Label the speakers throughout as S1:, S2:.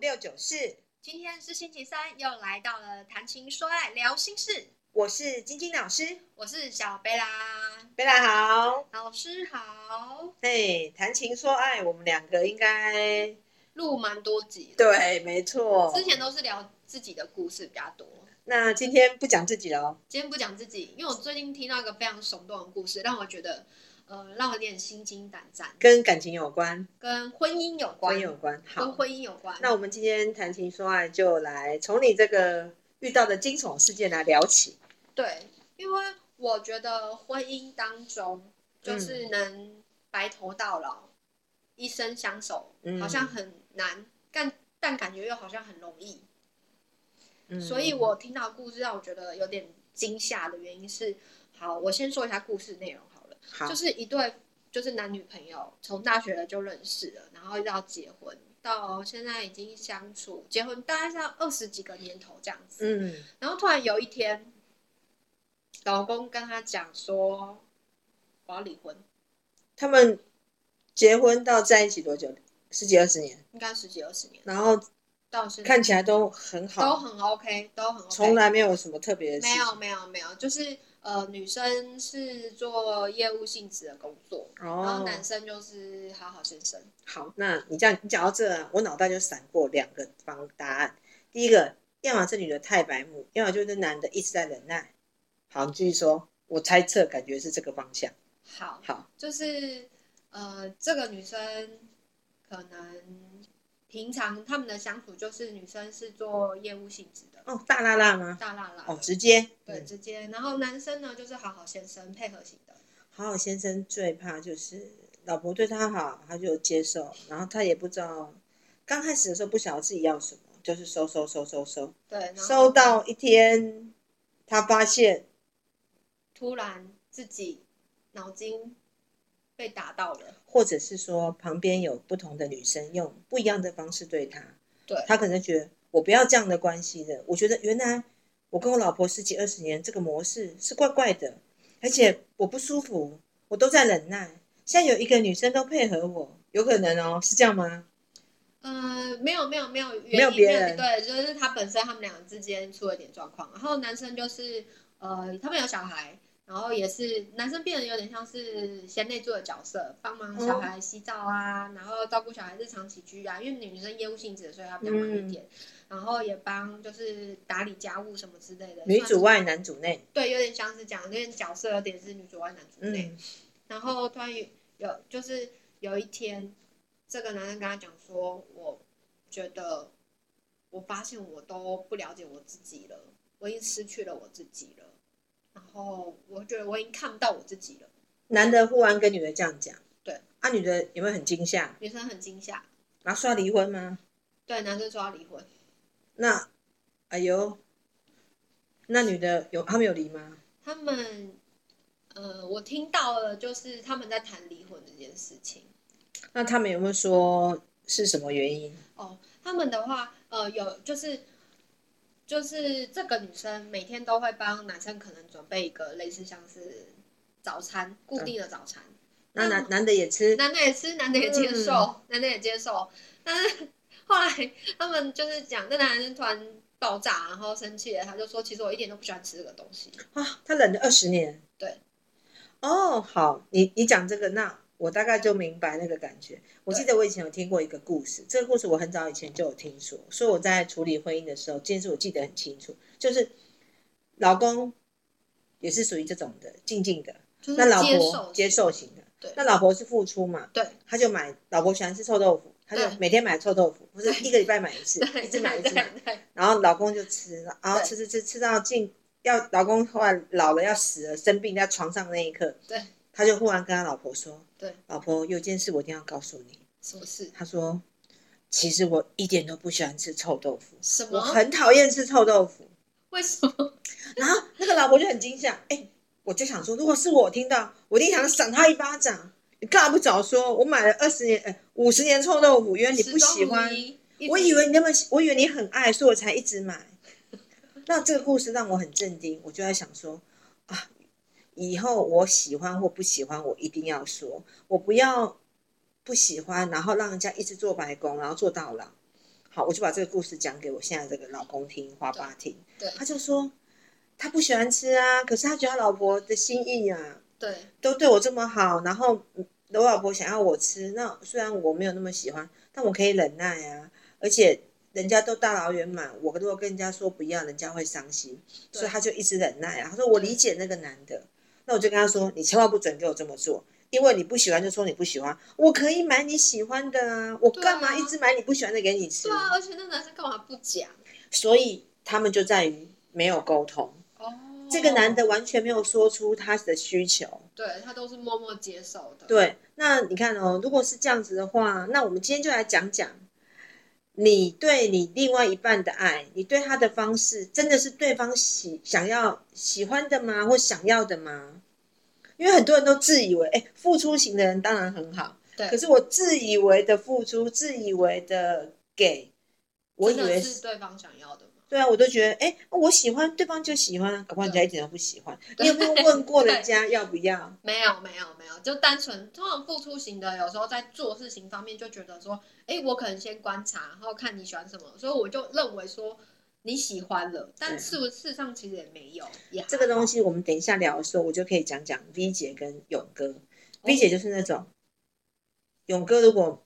S1: 六九四，
S2: 今天是星期三，又来到了谈情说爱聊心事，
S1: 我是晶晶老师，
S2: 我是小贝拉，
S1: 贝拉好。
S2: 老师好，
S1: 嘿，谈情说爱，我们两个应该
S2: 录蛮多集的，
S1: 对，没错。
S2: 之前都是聊自己的故事比较多，
S1: 那今天不讲自己了哦，
S2: 今天不讲自己，因为我最近听到一个非常耸动的故事，让我觉得呃，让我有点心惊胆战，
S1: 跟感情有关，
S2: 跟婚姻有关，
S1: 关有关。
S2: 跟
S1: 好，
S2: 婚姻有关。
S1: 那我们今天谈情说爱，就来从你这个遇到的惊悚事件来聊起。
S2: 对，因为我觉得婚姻当中
S1: 嗯
S2: 就是能白头到老、一生相守，
S1: 嗯
S2: 好像很难，但但感觉又好像很容易。
S1: 嗯
S2: 所以我听到故事让我觉得有点惊吓的原因是，好，我先说一下故事内容好了，
S1: 好
S2: 就，是一对就是男女朋友从大学就认识了，然后一直到结婚。到现在已经相处结婚大概是要二十几个年头这样子，
S1: 嗯
S2: 然后突然有一天，老公跟她讲说：“我要离婚，
S1: 他们结婚到在一起多久？十几二十年，
S2: 应该十几二十年，
S1: 然后
S2: 到现在
S1: 看起来都很
S2: 都
S1: 好，
S2: 很 OK，都很 OK，
S1: 从来没有什么特别的事
S2: 没
S1: 情。
S2: 有没有没有，就是呃，女生是做业务性质的工作，然后
S1: 哦，
S2: 男生就是好好先生。
S1: 好，那你这样你讲到这、啊，我脑袋就闪过两个方答案。第一个，要么这女的太白目，要么就是男的一直在忍耐。好，你继续说，我猜测感觉是这个方向。
S2: 好，
S1: 好，
S2: 就是呃，这个女生可能平常他们的相处就是女生是做业务性质的，
S1: 哦，大辣辣吗？
S2: 大辣辣的。
S1: 哦，直接。
S2: 对，
S1: 嗯
S2: 直接。然后男生呢，就是好好先生配合型的，
S1: 好好先生最怕就是老婆对他好，他就接受，然后他也不知道，刚开始的时候不晓得自己要什么，就是收收收收收，
S2: 对，然后
S1: 收到一天，他发现
S2: 突然自己脑筋被打到了，
S1: 或者是说旁边有不同的女生用不一样的方式对他，
S2: 对
S1: 他可能觉得我不要这样的关系的。我觉得原来我跟我老婆十几二十年这个模式是怪怪的，而且我不舒服，我都在忍耐。现在有一个女生都配合我，有可能哦，是这样吗？
S2: 呃，没有没有没有原因，
S1: 没有别人
S2: 对，就是他本身他们两个之间出了一点状况，然后男生就是呃，他们有小孩。然后也是男生变得有点像是贤内助的角色，帮忙
S1: 哦
S2: 小孩洗澡啊，然后照顾小孩日常起居啊。因为女生业务性质，所以她比较忙
S1: 嗯
S2: 一点。然后也帮就是打理家务什么之类的。
S1: 女
S2: 算是
S1: 主外男主内，
S2: 对，有点像是讲，有点角色有点是女主外男主内。
S1: 嗯
S2: 然后突然有有就是有一天，这个男生跟他讲说，我觉得我发现我都不了解我自己了，我已经失去了我自己了，然后我觉得我已经看不到我自己了。
S1: 男的忽然跟女的这样讲，
S2: 对，
S1: 啊，女的有没有很惊吓？
S2: 女生很惊吓，
S1: 然后说要离婚吗？
S2: 对，男生说要离婚，
S1: 那，哎呦，那女的有他们有离吗？
S2: 他们。呃，我听到了，就是他们在谈离婚这件事情。
S1: 那他们有没有说是什么原因？
S2: 哦，他们的话，呃，有就是就是这个女生每天都会帮男生可能准备一个类似像是早餐固定的早餐，
S1: 那男
S2: 嗯
S1: 男的也吃，
S2: 男的也吃，男的也接受，
S1: 嗯
S2: 男的也接受，但是后来他们就是讲，那男生突然爆炸，然后生气了，他就说，其实我一点都不喜欢吃这个东西，
S1: 啊，他忍了二十年。
S2: 对。
S1: 哦，好，你你讲这个，那我大概就明白那个感觉。我记得我以前有听过一个故事，这个故事我很早以前就有听说，所以我在处理婚姻的时候，这件事我记得很清楚，就是老公也是属于这种的，静静的，
S2: 就是
S1: 那老
S2: 接
S1: 婆
S2: 受
S1: 接受型的，
S2: 对
S1: 那老婆是付出嘛，
S2: 对
S1: 他就买，老婆喜欢吃臭豆腐，他就
S2: 对
S1: 每天买臭豆腐，或者一个礼拜买一次，
S2: 对
S1: 一
S2: 对
S1: 直买一
S2: 对
S1: 直买。
S2: 对，
S1: 然后老公就吃，然后
S2: 对
S1: 吃吃吃吃到进要老公后来老了要死了，生病在床上那一刻，
S2: 对，
S1: 他就忽然跟他老婆说：“
S2: 对，
S1: 老婆，有一件事我一定要告诉你。
S2: 什么事”？
S1: 他说：“其实我一点都不喜欢吃臭豆腐，
S2: 什
S1: 我
S2: 么？
S1: 很讨厌吃臭豆腐。
S2: 为什么？”
S1: 然后那个老婆就很惊吓，哎，我就想说，如果是我听到，我一定想赏他一巴掌。你干嘛不早说？我买了二十年，哎，五十年臭豆腐，原来你不
S2: 始终
S1: 喜
S2: 如
S1: 欢。
S2: 一，一
S1: 我
S2: 直
S1: 以为你那么喜，我以为你很爱，所以我才一直买。那这个故事让我很震惊，我就在想说啊，以后我喜欢或不喜欢，我一定要说，我不要不喜欢，然后让人家一直做白工，然后做到老。好，我就把这个故事讲给我现在这个老公听，花爸听，
S2: 对
S1: 他就说他不喜欢吃啊，可是他觉得他老婆的心意啊，
S2: 对
S1: 都对我这么好，然后嗯我老婆想要我吃，那虽然我没有那么喜欢，但我可以忍耐啊，而且。人家都大老远买，我如果跟人家说不要，人家会伤心，
S2: 对
S1: 所以他就一直忍耐啊。他说我理解那个男的，那我就跟他说，你千万不准给我这么做，因为你不喜欢就说你不喜欢，我可以买你喜欢的啊，我
S2: 对啊
S1: 干嘛一直买你不喜欢的给你吃？
S2: 对啊，而且那男生干嘛不讲？
S1: 所以他们就在于没有沟通，
S2: 哦，
S1: 这个男的完全没有说出他的需求。
S2: 对他都是默默接受的，
S1: 对，那你看哦，如果是这样子的话，那我们今天就来讲讲，你对你另外一半的爱，你对他的方式，真的是对方喜想要喜欢的吗？或想要的吗？因为很多人都自以为，哎，付出型的人当然很好，
S2: 对
S1: 可是我自以为的付出，自以为的给，我以
S2: 真的
S1: 为
S2: 是对方想要的嘛，
S1: 对啊，我都觉得，哎、我喜欢对方就喜欢啊，搞不好人家一点都不喜欢。你
S2: 对
S1: 有 没有问过人家要不要？
S2: 没有没有没有，就单纯通常付出型的，有时候在做事情方面就觉得说，哎，我可能先观察，然后看你喜欢什么，所以我就认为说你喜欢了，但
S1: 对
S2: 事实事实上其实也没有，也
S1: 嗯这个东
S2: 西
S1: 西我们等一下聊的时候，我就可以讲讲 V 姐跟勇哥。V 姐就是那种，勇哥如果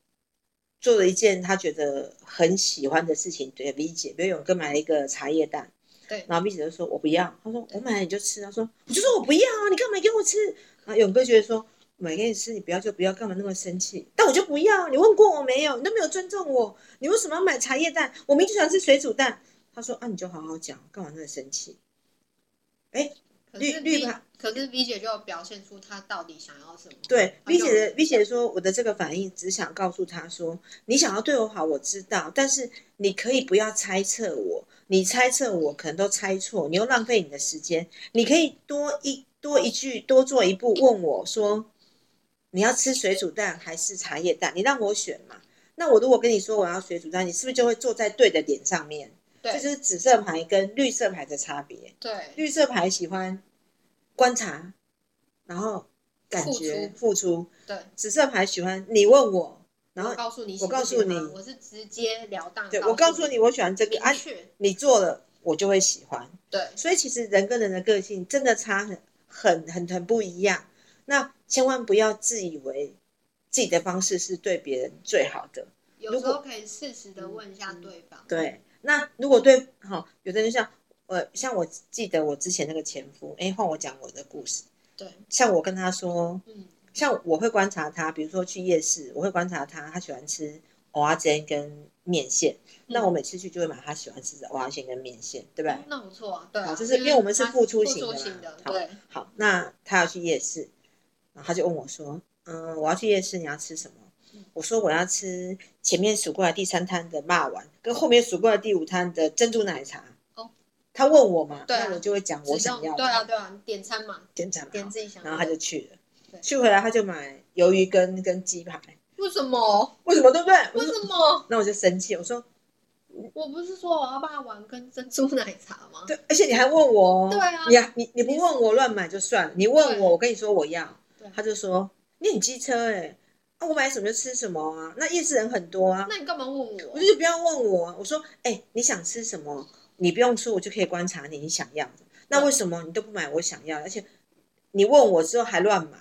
S1: 做了一件他觉得很喜欢的事情，对 V 姐，比如勇哥买了一个茶叶蛋，
S2: 对
S1: 然后 V 姐就说我不要，他说我买了你就吃，他说我就说我不要啊，你干嘛给我吃？啊，勇哥觉得说买给你吃，你不要就不要，干嘛那么生气？但我就不要，啊你问过我没有？你都没有尊重我，你为什么要买茶叶蛋？我明明就喜欢吃水煮蛋。他说啊，你就好好讲，干嘛那么生气？
S2: 可是
S1: 绿
S2: V-
S1: 绿牌
S2: 可是 V 姐就表现出她到底想要什么，
S1: 对
S2: 好
S1: ，V
S2: 像
S1: 姐的 V 姐说，我的这个反应只想告诉她说，你想要对我好，我知道，但是你可以不要猜测我，你猜测我可能都猜错，你又浪费你的时间，你可以多一多一句，多做一步，问我说，你要吃水煮蛋还是茶叶蛋？你让我选嘛。那我如果跟你说我要水煮蛋，你是不是就会坐在对的点上面？
S2: 对
S1: 这就是紫色牌跟绿色牌的差别。
S2: 对
S1: 绿色牌喜欢观察，然后感觉付出；
S2: 对，
S1: 紫色牌喜欢你问我，然后
S2: 我告诉你喜
S1: 我
S2: 不喜
S1: 告
S2: 欢，
S1: 诉你
S2: 我是直截了当，
S1: 对我告诉
S2: 你
S1: 你我喜欢这个
S2: 明
S1: 啊，
S2: 确，
S1: 你做了我就会喜欢。
S2: 对
S1: 所以其实人跟人的个性真的差很很很很不一样。那千万不要自以为自己的方式是对别人最好的。
S2: 有
S1: 如
S2: 时
S1: 果嗯
S2: 候可以适时的问一下对方，
S1: 对，那如果对好、有的人像呃，像我记得我之前那个前夫，哎，换我讲我的故事。
S2: 对，
S1: 像我跟他说，
S2: 嗯，
S1: 像我会观察他，比如说去夜市，我会观察他，他喜欢吃蚵仔煎跟面线。那
S2: 嗯
S1: 我每次去就会买他喜欢吃的蚵仔煎跟面线，对不对？
S2: 哦那不错啊，对啊
S1: 好，就是因为我们是付出型的嘛好
S2: 对，
S1: 好，那他要去夜市，然后他就问我说：“嗯，我要去夜市，你要吃什么
S2: 嗯？”
S1: 我说：“我要吃前面数过来第三摊的骂丸，跟后面数过来第五摊的珍珠奶茶。”
S2: 哦，
S1: 他问我嘛，
S2: 对啊
S1: 那我就会讲我
S2: 只
S1: 想
S2: 用
S1: 要
S2: 对啊对啊，你点餐嘛，
S1: 点餐嘛，
S2: 点自己想要
S1: 然
S2: 的，
S1: 后他就去了
S2: 对，
S1: 去回来他就买鱿鱼羹跟鸡排，
S2: 为什么？
S1: 为什么对不对？我
S2: 为
S1: 就
S2: 什么？
S1: 那我就生气，我说
S2: 我不是说我要霸王跟珍珠奶茶吗？
S1: 对，而且你还问我，哦
S2: 对啊
S1: 你还你你不问我乱买就算了，你问
S2: 对
S1: 我，我跟你说我要
S2: 对，
S1: 他就说你很机车哎、欸，啊我买什么就吃什么啊，那夜市人很多啊，
S2: 那你干嘛问
S1: 我
S2: 我？
S1: 就不要问我啊，我说哎、你想吃什么，你不用说，我就可以观察你你想要的，那
S2: 对
S1: 为什么你都不买我想要的，而且你问我之后还乱买，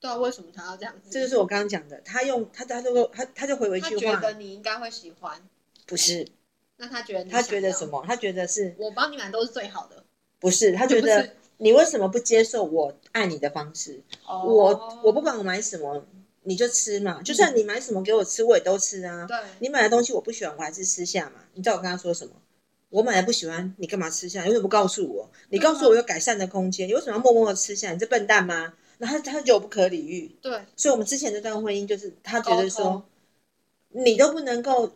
S2: 对啊，为什么他要这样子？
S1: 这就是我刚刚讲的，他用他他就他他就回我一
S2: 他
S1: 句
S2: 觉
S1: 话，
S2: 得你应该会喜欢，
S1: 不是
S2: 那他觉得你
S1: 他觉得
S2: 想要
S1: 什？么，他觉得是
S2: 我帮你买都是最好的，
S1: 不是他觉
S2: 不
S1: 得
S2: 是
S1: 你为什么不接受我爱你的方式？
S2: 哦
S1: 我我不管我买什么，你就吃嘛。就算你买什么给我吃，我也都吃啊。
S2: 对
S1: 你买的东西我不喜欢，我还是吃下嘛。你知道我跟他说什么？我买的不喜欢，你干嘛吃下？你为什么不告诉我？你告诉我有改善的空间，你为什么要默默的吃下？你是笨蛋吗？然后他他就觉得我不可理喻，
S2: 对，
S1: 所以我们之前这段婚姻就是他觉得
S2: 沟
S1: 说
S2: 通
S1: 你都不能够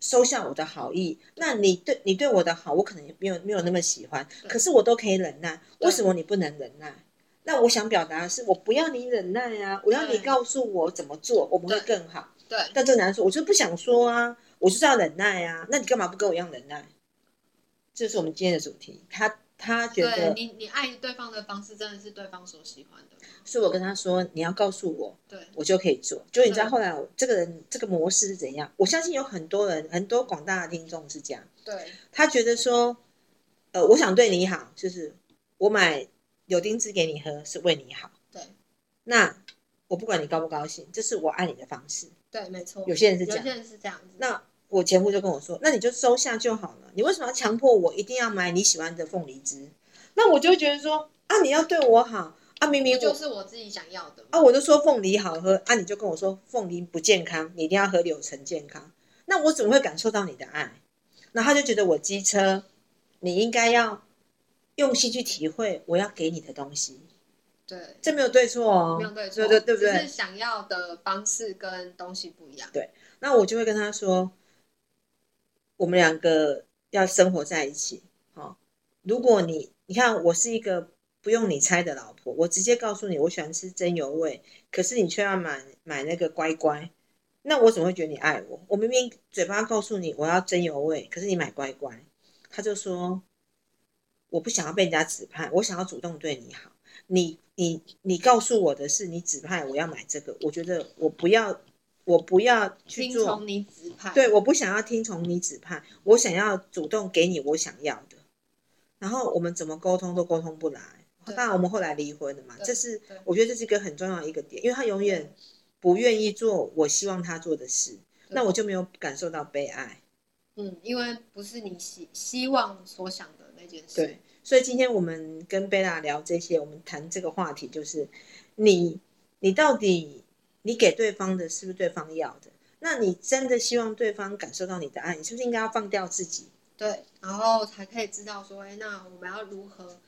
S1: 收下我的好意，那你对你对我的好，我可能也没有没有那么喜欢，
S2: 对
S1: 可是我都可以忍耐，
S2: 对
S1: 为什么你不能忍耐？那我想表达的是，我不要你忍耐啊，我要你
S2: 对
S1: 告诉我怎么做，我们会更好。
S2: 对
S1: 但这个男人说，我就不想说啊，我就是要忍耐啊，那你干嘛不跟我一样忍耐？这是我们今天的主题，他他觉
S2: 对
S1: 得
S2: 你你爱对方的方式真的是对方所喜欢的吗，
S1: 是我跟他说你要告诉我，
S2: 对
S1: 我就可以做。就你知道
S2: 对
S1: 后来我这个人这个模式是怎样？我相信有很多人，很多广大的听众是这样，
S2: 对
S1: 他觉得说，呃，我想对你好，就是我买柳丁汁给你喝是为你好，
S2: 对
S1: 那我不管你高不高兴，这是我爱你的方式。
S2: 对，没错，
S1: 有些人是
S2: 有
S1: 这
S2: 些
S1: 样，
S2: 人是这样子，
S1: 那我前夫就跟我说，那你就收下就好了，你为什么要强迫我一定要买你喜欢的凤梨汁？那我就会觉得说，啊，你要对我好啊，明明
S2: 不
S1: 我
S2: 就是我自己想要的
S1: 啊，
S2: 吗？
S1: 我就说凤梨好喝啊，你就跟我说凤梨不健康，你一定要喝柳橙健康。那我怎么会感受到你的爱？然后他就觉得我机车，你应该要用心去体会我要给你的东西，
S2: 对，
S1: 这没有对错哦，
S2: 没有对错，
S1: 对对不
S2: 只是
S1: 对？
S2: 想要的方式跟东西不一样，
S1: 那我就会跟他说，我们两个要生活在一起。哦，如果你你看我是一个不用你猜的老婆，我直接告诉你我喜欢吃真油味，可是你却要买买那个乖乖，那我怎么会觉得你爱我？我明明嘴巴告诉你我要真油味，可是你买乖乖，他就说我不想要被人家指派，我想要主动对你好。你你你告诉我的是你指派我要买这个，我觉得我不要我不要去
S2: 听
S1: 做，
S2: 从你指派，
S1: 对，我不想要听从你指派，我想要主动给你我想要的。然后我们怎么沟通都沟通不来，
S2: 对
S1: 当然我们后来离婚了嘛，
S2: 对
S1: 这是
S2: 对
S1: 我觉得这是一个很重要的一个点，因为他永远不愿意做我希望他做的事，那我就没有感受到被爱。
S2: 嗯，因为不是你希希望所想的那件事，
S1: 对，所以今天我们跟贝拉聊这些，我们谈这个话题就是你你到底你给对方的是不是对方要的？那你真的希望对方感受到你的爱，你是不是应该要放掉自己？
S2: 对，然后才可以知道说，哎，那我们要如何，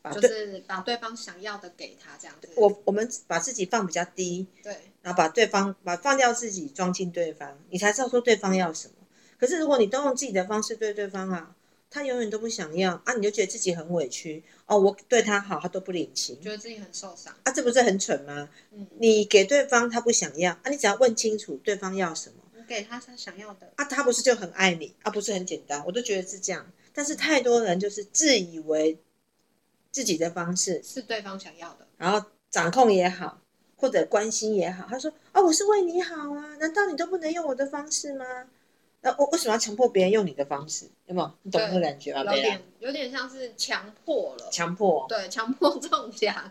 S1: 把
S2: 就
S1: 啊对
S2: 是把对方想要的给他这样子。
S1: 我我们把自己放比较低，
S2: 对
S1: 然后把对方把放掉自己装进对方，你才知道说对方要什么。可是如果你都用自己的方式对对方啊，他永远都不想要啊，你就觉得自己很委屈哦，我对他好，他都不领情
S2: 觉得自己很受伤，
S1: 啊，这不是很蠢吗？
S2: 嗯，
S1: 你给对方他不想要啊，你只要问清楚对方要什么
S2: 你给他他想要的，
S1: 啊，他不是就很爱你啊，不是很简单？我都觉得是这样，但是太多人就是自以为自己的方式
S2: 是对方想要的，
S1: 然后掌控也好，或者关心也好，他说：“啊、我是为你好啊，难道你都不能用我的方式吗？那我为什么要强迫别人用你的方式？有没有？你懂
S2: 对
S1: 这个感觉吗？
S2: 有
S1: 贝拉
S2: 点有点像是强迫了，
S1: 强迫，
S2: 对，强迫中奖，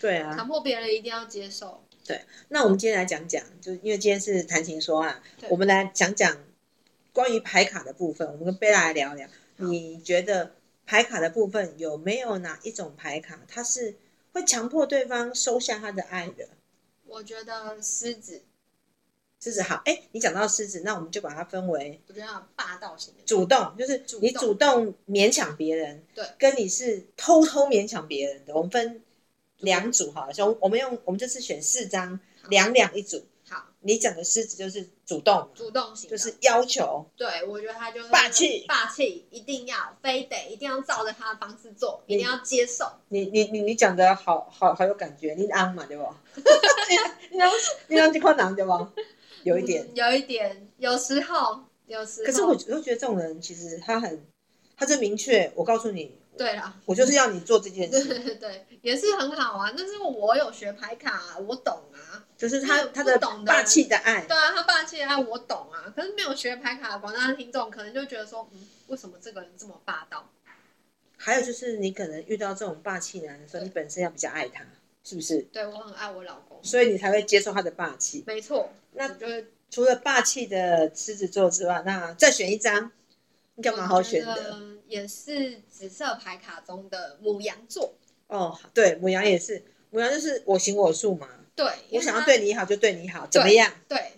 S1: 对啊。
S2: 强迫别人一定要接受，
S1: 那我们今天来讲讲，就因为今天是谈情说爱，
S2: 对
S1: 我们来讲讲关于牌卡的部分。我们跟贝拉来聊聊，
S2: 好
S1: 你觉得牌卡的部分有没有哪一种牌卡，它是会强迫对方收下他的爱的？
S2: 我觉得狮子，
S1: 狮子好，哎，你讲到狮子，那我们就把它分为
S2: 我觉得它霸道型的，
S1: 主动，就是
S2: 主动
S1: 你主动勉强别人，
S2: 对
S1: 跟你是偷偷勉强别人的，我们分两组好了，所以我们用我们这次选四张，
S2: 好
S1: 两两一组。
S2: 好，
S1: 你讲的狮子就是主动嘛，
S2: 主动型
S1: 就
S2: 的，
S1: 是要求，
S2: 对，我觉得他就是
S1: 霸气
S2: 霸气，一定要非得一定要照着他的方式做，
S1: 嗯
S2: 一定要接受，
S1: 你你你你讲的好好好有感觉，你昂嘛对不？你昂你昂这块昂对不？有一点，
S2: 嗯有一点，有时候，有时候。
S1: 可是我我就觉得这种人其实他很，他就明确，我告诉你，
S2: 对啦，
S1: 我就是要你做这件
S2: 对
S1: 事，
S2: 对对，也是很好啊。但是我有学牌卡、啊，我懂啊。
S1: 就是他
S2: 不
S1: 他的
S2: 懂的
S1: 霸气的爱，
S2: 对啊，他霸气啊，我懂啊。可是没有学牌卡的广大听众可能就觉得说，嗯，为什么这个人这么霸道？
S1: 还有就是，你可能遇到这种霸气男的时候，
S2: 对
S1: 你本身要比较爱他，是不是？
S2: 对我很爱我老公，
S1: 所以你才会接受他的霸气。
S2: 没错。
S1: 那
S2: 我就是
S1: 除了霸气的狮子座之外，那再选一张，应该蛮好选
S2: 我觉
S1: 的
S2: 得也是紫色牌卡中的母羊座。
S1: 哦。对，母羊也是，母羊就是我行我素嘛，
S2: 对，因
S1: 我
S2: 为
S1: 想要
S2: 他
S1: 对你好就对你好，怎么样？
S2: 对，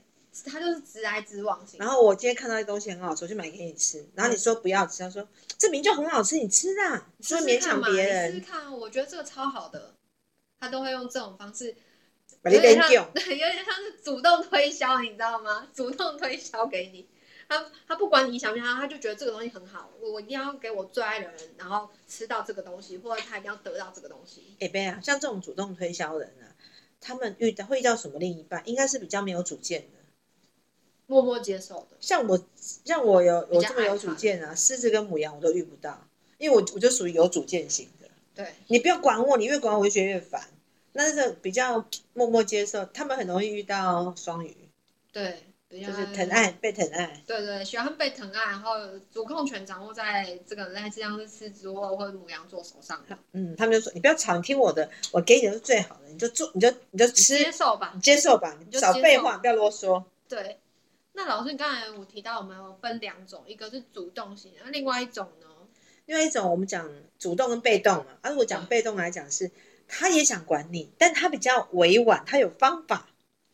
S2: 他就是直来直往型。
S1: 然后我今天看到一个东西很好吃，我就买给你吃。然后你说不要吃，他说这明就很好吃，你吃啦。
S2: 你
S1: 所
S2: 试
S1: 以
S2: 试
S1: 勉
S2: 看
S1: 强
S2: 嘛
S1: 别
S2: 你试
S1: 人
S2: 试，看啊，我觉得这个超好的，他都会用这种方式，
S1: 把
S2: 有
S1: 你
S2: 点
S1: 变
S2: 像，
S1: 掉
S2: 对，啊有点像是主动推销，你知道吗？主动推销给你，他他不管你想不想要，他就觉得这个东西很好，我我一定要给我最爱的人，然后吃到这个东西，或者他一定要得到这个东西。
S1: 哎，贝啊，像这种主动推销人啊，他们遇到会遇到什么另一半，应该是比较没有主见的。
S2: 默默接受的，
S1: 像我，像我有
S2: 比
S1: 我
S2: 较
S1: 这么
S2: 爱
S1: 有
S2: 他
S1: 主见啊，狮子跟母羊我都遇不到，因为我我就属于有主见型的，
S2: 对，
S1: 你不要管我，你越管我，我就觉得越烦。那是比较默默接受，他们很容易遇到双鱼，
S2: 对，比较
S1: 就是疼爱被疼爱，
S2: 对对，喜欢被疼爱，然后主控权掌握在这个类似像是狮子座或者母羊座手上的，
S1: 嗯，他们就说你不要吵，你听我的，我给你的是最好的，你就做，你就你就吃，
S2: 接受吧
S1: 你。接受吧，你
S2: 就
S1: 少
S2: 接
S1: 废
S2: 受
S1: 话，不要啰嗦。
S2: 对，那老师，你刚才我提到我们有分两种，一个是主动型，那另外一种呢？
S1: 另外一种我们讲主动跟被动嘛，而、啊、我讲
S2: 对
S1: 被动来讲是，他也想管你，但他比较委婉，他有方法，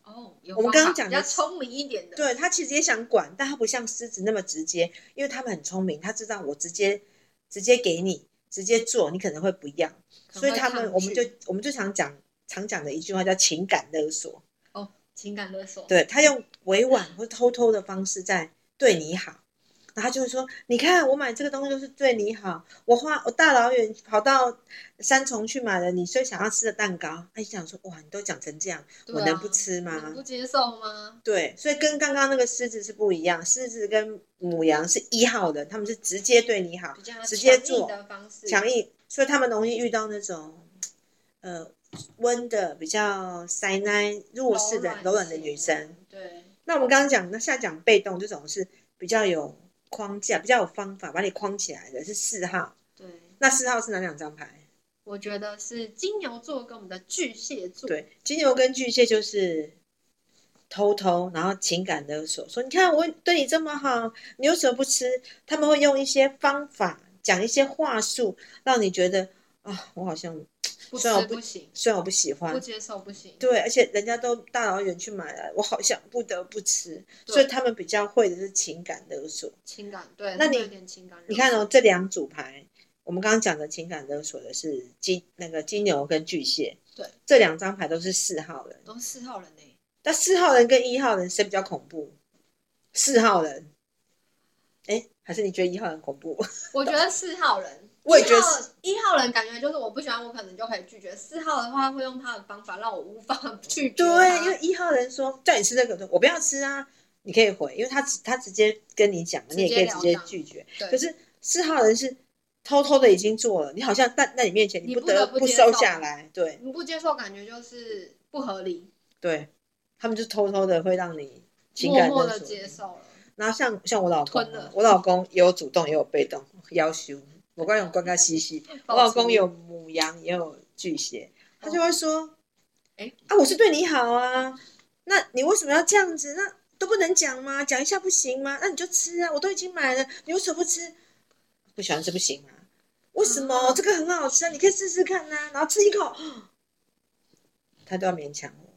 S2: 哦，有
S1: 我们
S2: 方法
S1: 刚刚讲
S2: 比
S1: 的
S2: 较
S1: 是
S2: 聪明一点的，
S1: 对他其实也想管，但他不像狮子那么直接，因为他们很聪明，他知道我直接直接给你，直接做，你可能会不一样，
S2: 可能
S1: 所以
S2: 会
S1: 他们
S2: 抗
S1: 我们就
S2: 拒
S1: 我们就常讲常讲的一句话叫情感勒索，
S2: 哦情感勒索，
S1: 对啊他用委婉或偷偷的方式在对你好。然后他就会说：“你看，我买这个东西就是对你好，我花我大老远跑到三重去买了你最想要吃的蛋糕。”哎，想说哇，你都讲成这样，
S2: 对
S1: 我
S2: 啊
S1: 能不吃吗？
S2: 能不接受吗？
S1: 对，所以跟刚刚那个狮子是不一样，狮子跟母羊是一号人，他们是直接对你好
S2: 比，较
S1: 直接
S2: 强硬
S1: 做
S2: 的方式，
S1: 强硬，所以他们容易遇到那种，呃，温的比较塞奶弱势的柔软的
S2: 型
S1: 女生。，
S2: 对，
S1: 那我们刚刚讲，那下讲被动这种是比较有框架、比较有方法把你框起来的，是四号。
S2: 对，
S1: 那四号是哪两张牌？
S2: 我觉得是金牛座跟我们的巨蟹座，
S1: 对，金牛跟巨蟹就是偷偷，然后情感勒索，说你看我对你这么好，你为什么不吃？他们会用一些方法，讲一些话术，让你觉得啊，我好像
S2: 不
S1: 虽然
S2: 吃
S1: 我不
S2: 不行，
S1: 虽然我不喜
S2: 不
S1: 欢，
S2: 接受不行，
S1: 对，而且人家都大老远去买了，我好像不得不吃，
S2: 对
S1: 所以他们比较会的是情感勒索。
S2: 情感对，
S1: 那
S2: 他们
S1: 你
S2: 有点情感，
S1: 你看哦，，这两组牌，我们刚刚讲的情感勒索的是金那个金牛跟巨蟹，
S2: 对，
S1: 这两张牌都是四号人。
S2: 都是四号人呢，
S1: 那四号人跟一号人谁比较恐怖？四号人，哎，还是你觉得一号人恐怖？
S2: 我觉得四号人，
S1: 我也觉得
S2: 一号一号人感觉就是我不喜欢，我可能就可以拒绝。四号的话会用他的方法让我无法 拒绝他。
S1: 对，因为一号人说叫你吃这个，我不要吃啊，你可以回，因为他直他直接跟你讲，你也可以直接拒绝。
S2: 对
S1: 可是四号人是偷偷的已经做了，你好像在在你面前，
S2: 你
S1: 不
S2: 不得
S1: 得
S2: 不
S1: 不
S2: 接
S1: 收
S2: 受
S1: 下来。对
S2: 你不接受，感觉就是不合理，
S1: 对，他们就偷偷的会让你情
S2: 默
S1: 感
S2: 默
S1: 勒
S2: 的
S1: 索。
S2: 接受了。
S1: 然后像像我老公
S2: 吞了
S1: 啊，我老公也有主动也有被动，要求我刚有关关西西。我老公有母羊，也有巨蟹，他就会说：“
S2: 哦诶
S1: 啊，我是对你好啊，那你为什么要这样子？那都不能讲吗？讲一下不行吗？那你就吃啊，我都已经买了，你为什么不吃？不喜欢吃不行吗？为什么、
S2: 啊
S1: 这个很好吃啊？你可以试试看呐、然后吃一口，他都要勉强我。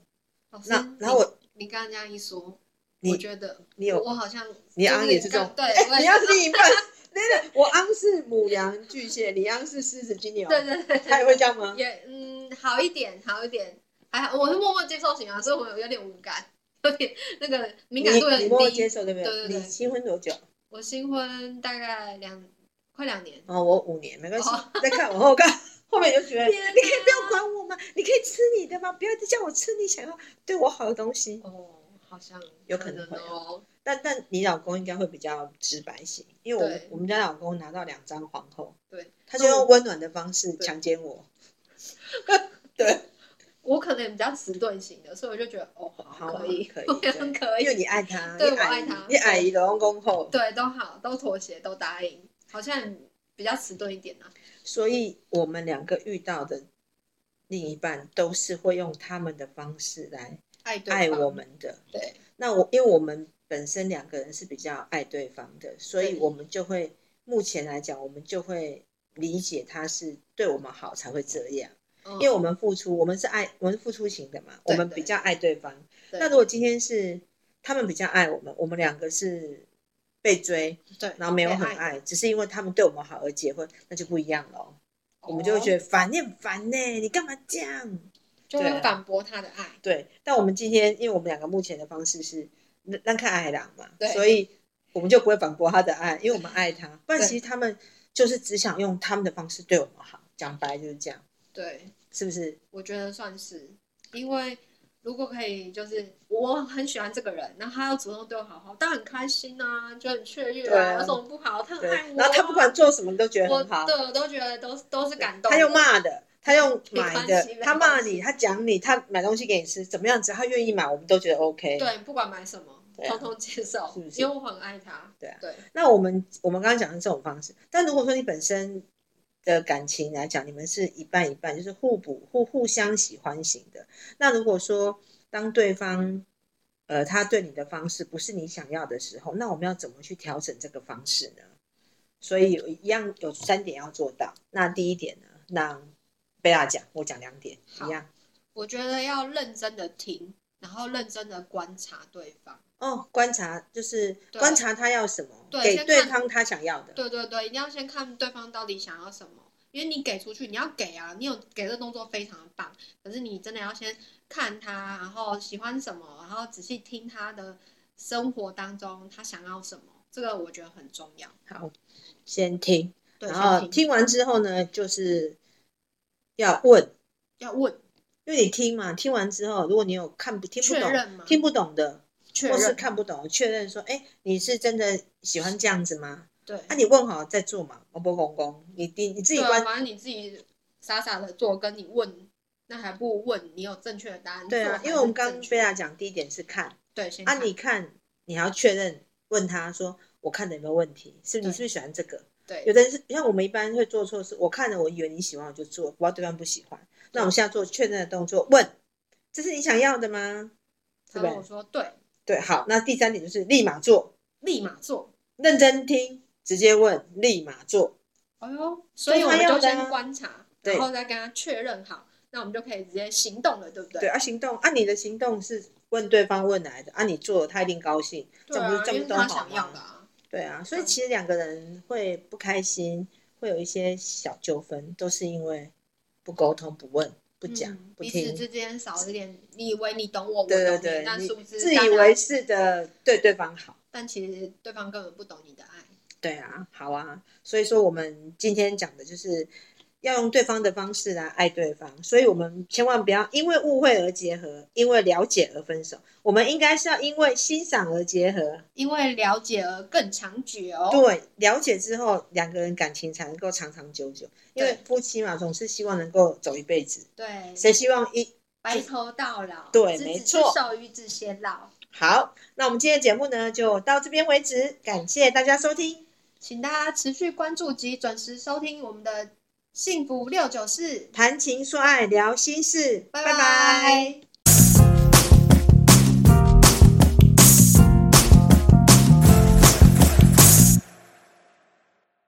S2: 老师，
S1: 那然后我，
S2: 你你刚刚这样一说，
S1: 你
S2: 我觉得
S1: 你有
S2: 我好像
S1: 你
S2: 就是
S1: 昂也是这种
S2: 刚对，我
S1: 你
S2: 也
S1: 要另一半，对对，我昂是母羊巨蟹，你昂是狮子金牛，
S2: 对对对，
S1: 他也会这样吗？
S2: 也嗯好一点，好一点，还好我是默默接受型啊，所以我有点无感，有点那个敏感度有
S1: 你你默默
S2: 点
S1: 接
S2: 低。
S1: 受对不
S2: 对对对
S1: 你新婚多久？
S2: 我新婚大概两快两年，
S1: 哦，我五年没关系
S2: 哦，
S1: 再看往 后看，后面就觉得你可
S2: 天哪
S1: 以不要管我吗？你可以吃你的吗？不要再叫我吃你想要对我好的东西。
S2: 哦，好像
S1: 有
S2: 可
S1: 可能会啊
S2: 哦。
S1: 但但你老公应该会比较直白一些，因为我
S2: 对
S1: 我们家老公拿到两张皇后，
S2: 对，
S1: 他就用温暖的方式
S2: 对
S1: 强奸我。
S2: 我可能比较迟钝型的，所以我就觉得哦，
S1: 好
S2: 可以，
S1: 可以
S2: 我也很
S1: 对
S2: 可
S1: 因为
S2: 以，
S1: 你爱他，
S2: 对
S1: 你
S2: 我爱
S1: 姨
S2: 他
S1: 你阿姨的公后，
S2: 对，都好，都妥协，都答应，好像比较迟钝一点啊。
S1: 所以我们两个遇到的另一半都是会用他们的方式来
S2: 爱对
S1: 爱
S2: 方
S1: 我，们的。
S2: 对，
S1: 那我因为我们本身两个人是比较爱对方的，所以
S2: 对
S1: 我们就会目前来讲，我们就会理解他是对我们好才会这样，
S2: 嗯
S1: 因为我们付出，我们是爱，我们是付出型的嘛，
S2: 对
S1: 我们比较爱对方。
S2: 对
S1: 那如果今天是他们比较爱我们，我们两个是被追，
S2: 对，
S1: 然后没有很
S2: 被爱
S1: 爱，只是因为他们对我们好而结婚，那就不一样了。哦我们就会觉
S2: 得
S1: 得烦，你很烦呢、你干嘛这样？
S2: 哦就
S1: 对
S2: 会
S1: 啊
S2: 反驳他的爱，
S1: 对，但我们今天，因为我们两个目前的方式是让让看爱狼嘛
S2: 对，
S1: 所以我们就不会反驳他的爱，因为我们爱他。不然
S2: 对
S1: 其实他们就是只想用他们的方式对我们好，讲白就是这样，
S2: 对。
S1: 是不是？
S2: 我觉得算是，因为如果可以，就是我很喜欢这个人，然后他要主动对我好好，当然很开心啊，就很雀跃
S1: 对
S2: 啊，
S1: 啊
S2: 有什么不好？他很
S1: 对
S2: 爱我啊、
S1: 然后他不管做什么，你都觉得
S2: 我
S1: 很好
S2: 对。我都觉得都是都是感动的。
S1: 他用骂的，他用买
S2: 没关系
S1: 的，他骂你，他讲你，他买东西给你吃，怎么样？只要他愿意买，我们都觉得 OK。
S2: 对，不管买什么，
S1: 对啊
S2: 通通接受，
S1: 是不是
S2: 因为我很爱他。
S1: 对啊
S2: 对，
S1: 那我们我们刚刚讲的这种方式，但如果说你本身的感情来讲，你们是一半一半，就是互补互互相喜欢型的。那如果说当对方呃他对你的方式不是你想要的时候，那我们要怎么去调整这个方式呢？所以有一样有三点要做到。那第一点呢，让贝拉讲，我讲两点
S2: 好
S1: 一样。
S2: 我觉得要认真的听，然后认真的观察对方。
S1: 哦，观察就是
S2: 对
S1: 观察他要什么，
S2: 对
S1: 给
S2: 先
S1: 对
S2: 看
S1: 方他想要的。
S2: 对对对，一定要先看对方到底想要什么，因为你给出去，你要给啊，你有给这动作非常的棒，可是你真的要先看他，然后喜欢什么，然后仔细听他的生活当中他想要什么，这个我觉得很重要。
S1: 好，先听，
S2: 对，
S1: 然后
S2: 先
S1: 听完之后呢，就是要问，
S2: 要问
S1: 因为你听嘛，听完之后，如果你有看不听不
S2: 确
S1: 懂、
S2: 认嘛，
S1: 听不懂的，
S2: 确
S1: 或是
S2: 认
S1: 看不懂，确认说，哎，你是真的喜欢这样子吗？
S2: 对，
S1: 啊，你问好再做嘛，我不公公，你你你自己
S2: 对啊
S1: 观，
S2: 反正你自己傻傻的做，跟你问，那还不如问你有正确的答案。
S1: 对啊，因为我们刚刚贝
S2: 被
S1: 拉讲，第一点是看，
S2: 对先
S1: 啊，
S2: 看
S1: 你看，你还要确认，问他说，我看的有没有问题，是不是你
S2: 对
S1: 是不是喜欢这个？有
S2: 对
S1: 的人是像我们一般会做错事，我看了我以为你喜欢我就做，不知道对方不喜欢。那我们现在做确认的动作，问这是你想要的吗？
S2: 他
S1: 对不
S2: 跟我
S1: 对？
S2: 说对，
S1: 对，好。那第三点就是立马做，
S2: 立马做。
S1: 认真听，直接问，立马做。
S2: 哎呦，所以我们
S1: 要
S2: 就
S1: 的啊
S2: 先观察，
S1: 对
S2: 然后再跟他确认好，那我们就可以直接行动了，对不对？
S1: 对，啊，行动，啊，你的行动是问对方问来的，啊，你做了他一定高兴，
S2: 对
S1: 这不
S2: 啊，
S1: 这
S2: 因
S1: 么
S2: 为
S1: 都
S2: 他
S1: 好
S2: 想要的
S1: 吗？
S2: 啊，
S1: 对啊，所以
S2: 对
S1: 其实两个人会不开心，会有一些小纠纷，都是因为不沟通、不问、不
S2: 不
S1: 讲、不
S2: 嗯彼此
S1: 听。
S2: 之间少一点，你以为你懂我，我懂
S1: 对对
S2: 你，
S1: 对，
S2: 但
S1: 你
S2: 殊不知
S1: 自
S2: 大
S1: 以
S2: 家
S1: 为，是的对对方好。
S2: 但其实对方根本不懂你的爱。
S1: 对啊，好啊，所以说我们今天讲的就是要用对方的方式来爱对方，所以我们千万不要因为误会而结合，因为了解而分手，我们应该是要因为欣赏而结合。
S2: 因为了解而更哦长久，
S1: 对，了解之后两个人感情才能够长长久久，因为
S2: 对
S1: 夫妻嘛，总是希望能够走一辈子，
S2: 对，
S1: 谁希望一
S2: 白头到老，
S1: 对
S2: 执子
S1: 没
S2: 之
S1: 错
S2: 手与子偕老，
S1: 好？那我们今天的节目呢就到这边为止，感谢大家收听。
S2: 请大家持续关注及准时收听我们的幸福六九四，
S1: 谈情说爱，聊心事，拜
S2: 拜拜